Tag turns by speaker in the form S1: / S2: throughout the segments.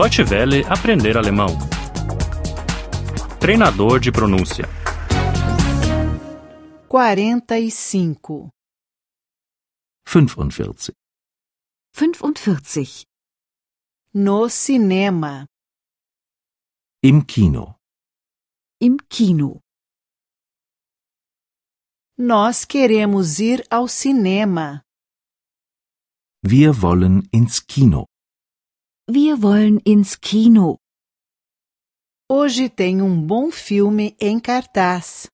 S1: Deutsche Welle aprender alemão. Treinador de pronúncia.
S2: 45.
S3: 45.
S4: 45.
S2: No cinema.
S3: Im Kino.
S4: Im Kino.
S2: Nós queremos ir ao cinema.
S3: Wir wollen ins Kino.
S4: Wir wollen ins Kino.
S2: Hoje tem um bom filme em cartaz.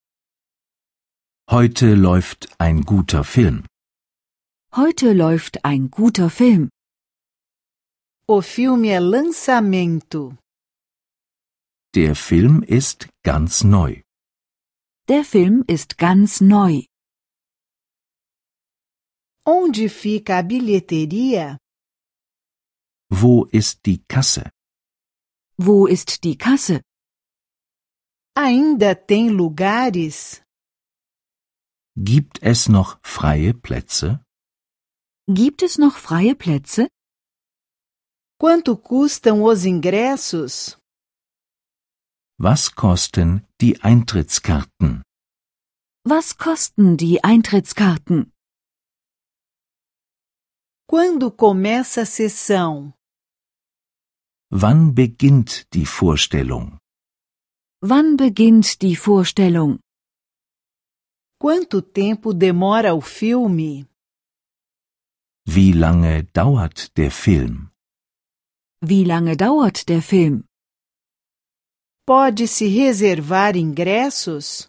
S3: Heute läuft ein guter Film.
S4: Heute läuft ein guter Film.
S2: O filme é lançamento.
S3: Der Film ist ganz neu.
S4: Der Film ist ganz neu.
S2: Onde fica a bilheteria?
S3: Wo ist die Kasse?
S4: Wo ist die Kasse?
S2: Ainda tem lugares?
S3: Gibt es noch freie Plätze?
S4: Gibt es noch freie Plätze?
S2: Quanto custam os ingressos?
S3: Was kosten die Eintrittskarten?
S4: Was kosten die Eintrittskarten?
S2: Quando começa a sessão?
S3: Wann beginnt die Vorstellung?
S4: Wann beginnt die Vorstellung?
S2: Quanto tempo demora o filme?
S3: Wie lange dauert der Film?
S4: Wie lange dauert der Film?
S2: Pode-se reservar ingressos?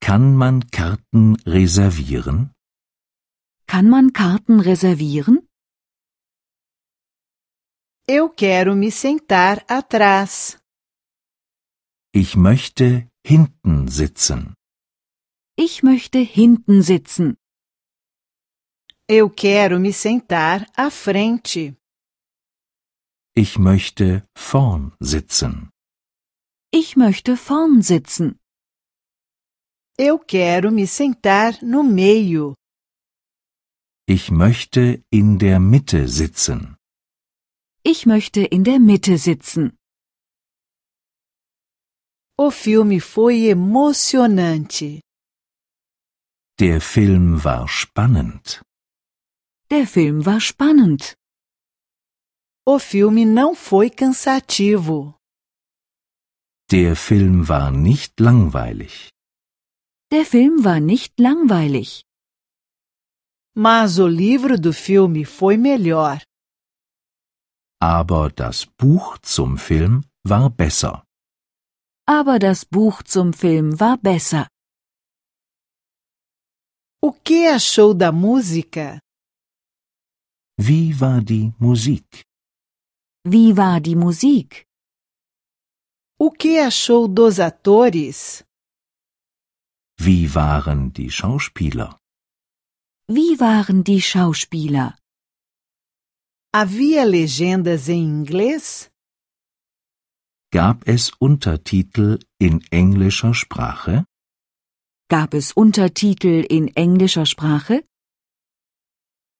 S3: Kann man Karten reservieren?
S4: Kann man Karten reservieren?
S2: Eu quero me sentar atrás.
S3: Ich möchte hinten sitzen.
S4: Ich möchte hinten sitzen.
S2: Eu quero me sentar à frente.
S3: Ich möchte vorn sitzen.
S4: Ich möchte vorn sitzen.
S2: Eu quero me sentar no meio.
S3: Ich möchte in der Mitte sitzen.
S4: Ich möchte in der Mitte sitzen.
S2: O filme foi emocionante.
S3: Der Film war spannend.
S4: Der Film war spannend.
S2: O filme não foi cansativo.
S3: Der Film war nicht langweilig.
S4: Der Film war nicht langweilig.
S2: Mas o livro do filme foi melhor.
S3: Aber das Buch zum Film war besser.
S4: Aber das Buch zum Film war besser.
S2: O que achou da música?
S3: Wie war die Musik?
S4: Wie war die Musik?
S2: O que achou dos atores?
S3: Wie waren die Schauspieler?
S4: Wie waren die Schauspieler?
S2: Havia legendas em inglês?
S3: Gab es Untertitel in englischer Sprache?
S4: Gab es Untertitel in englischer Sprache?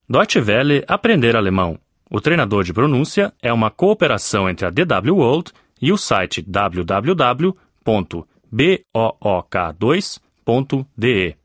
S1: Deutsche Welle aprender alemão. O treinador de pronúncia é uma cooperação entre a DW World e o site www.book2.de.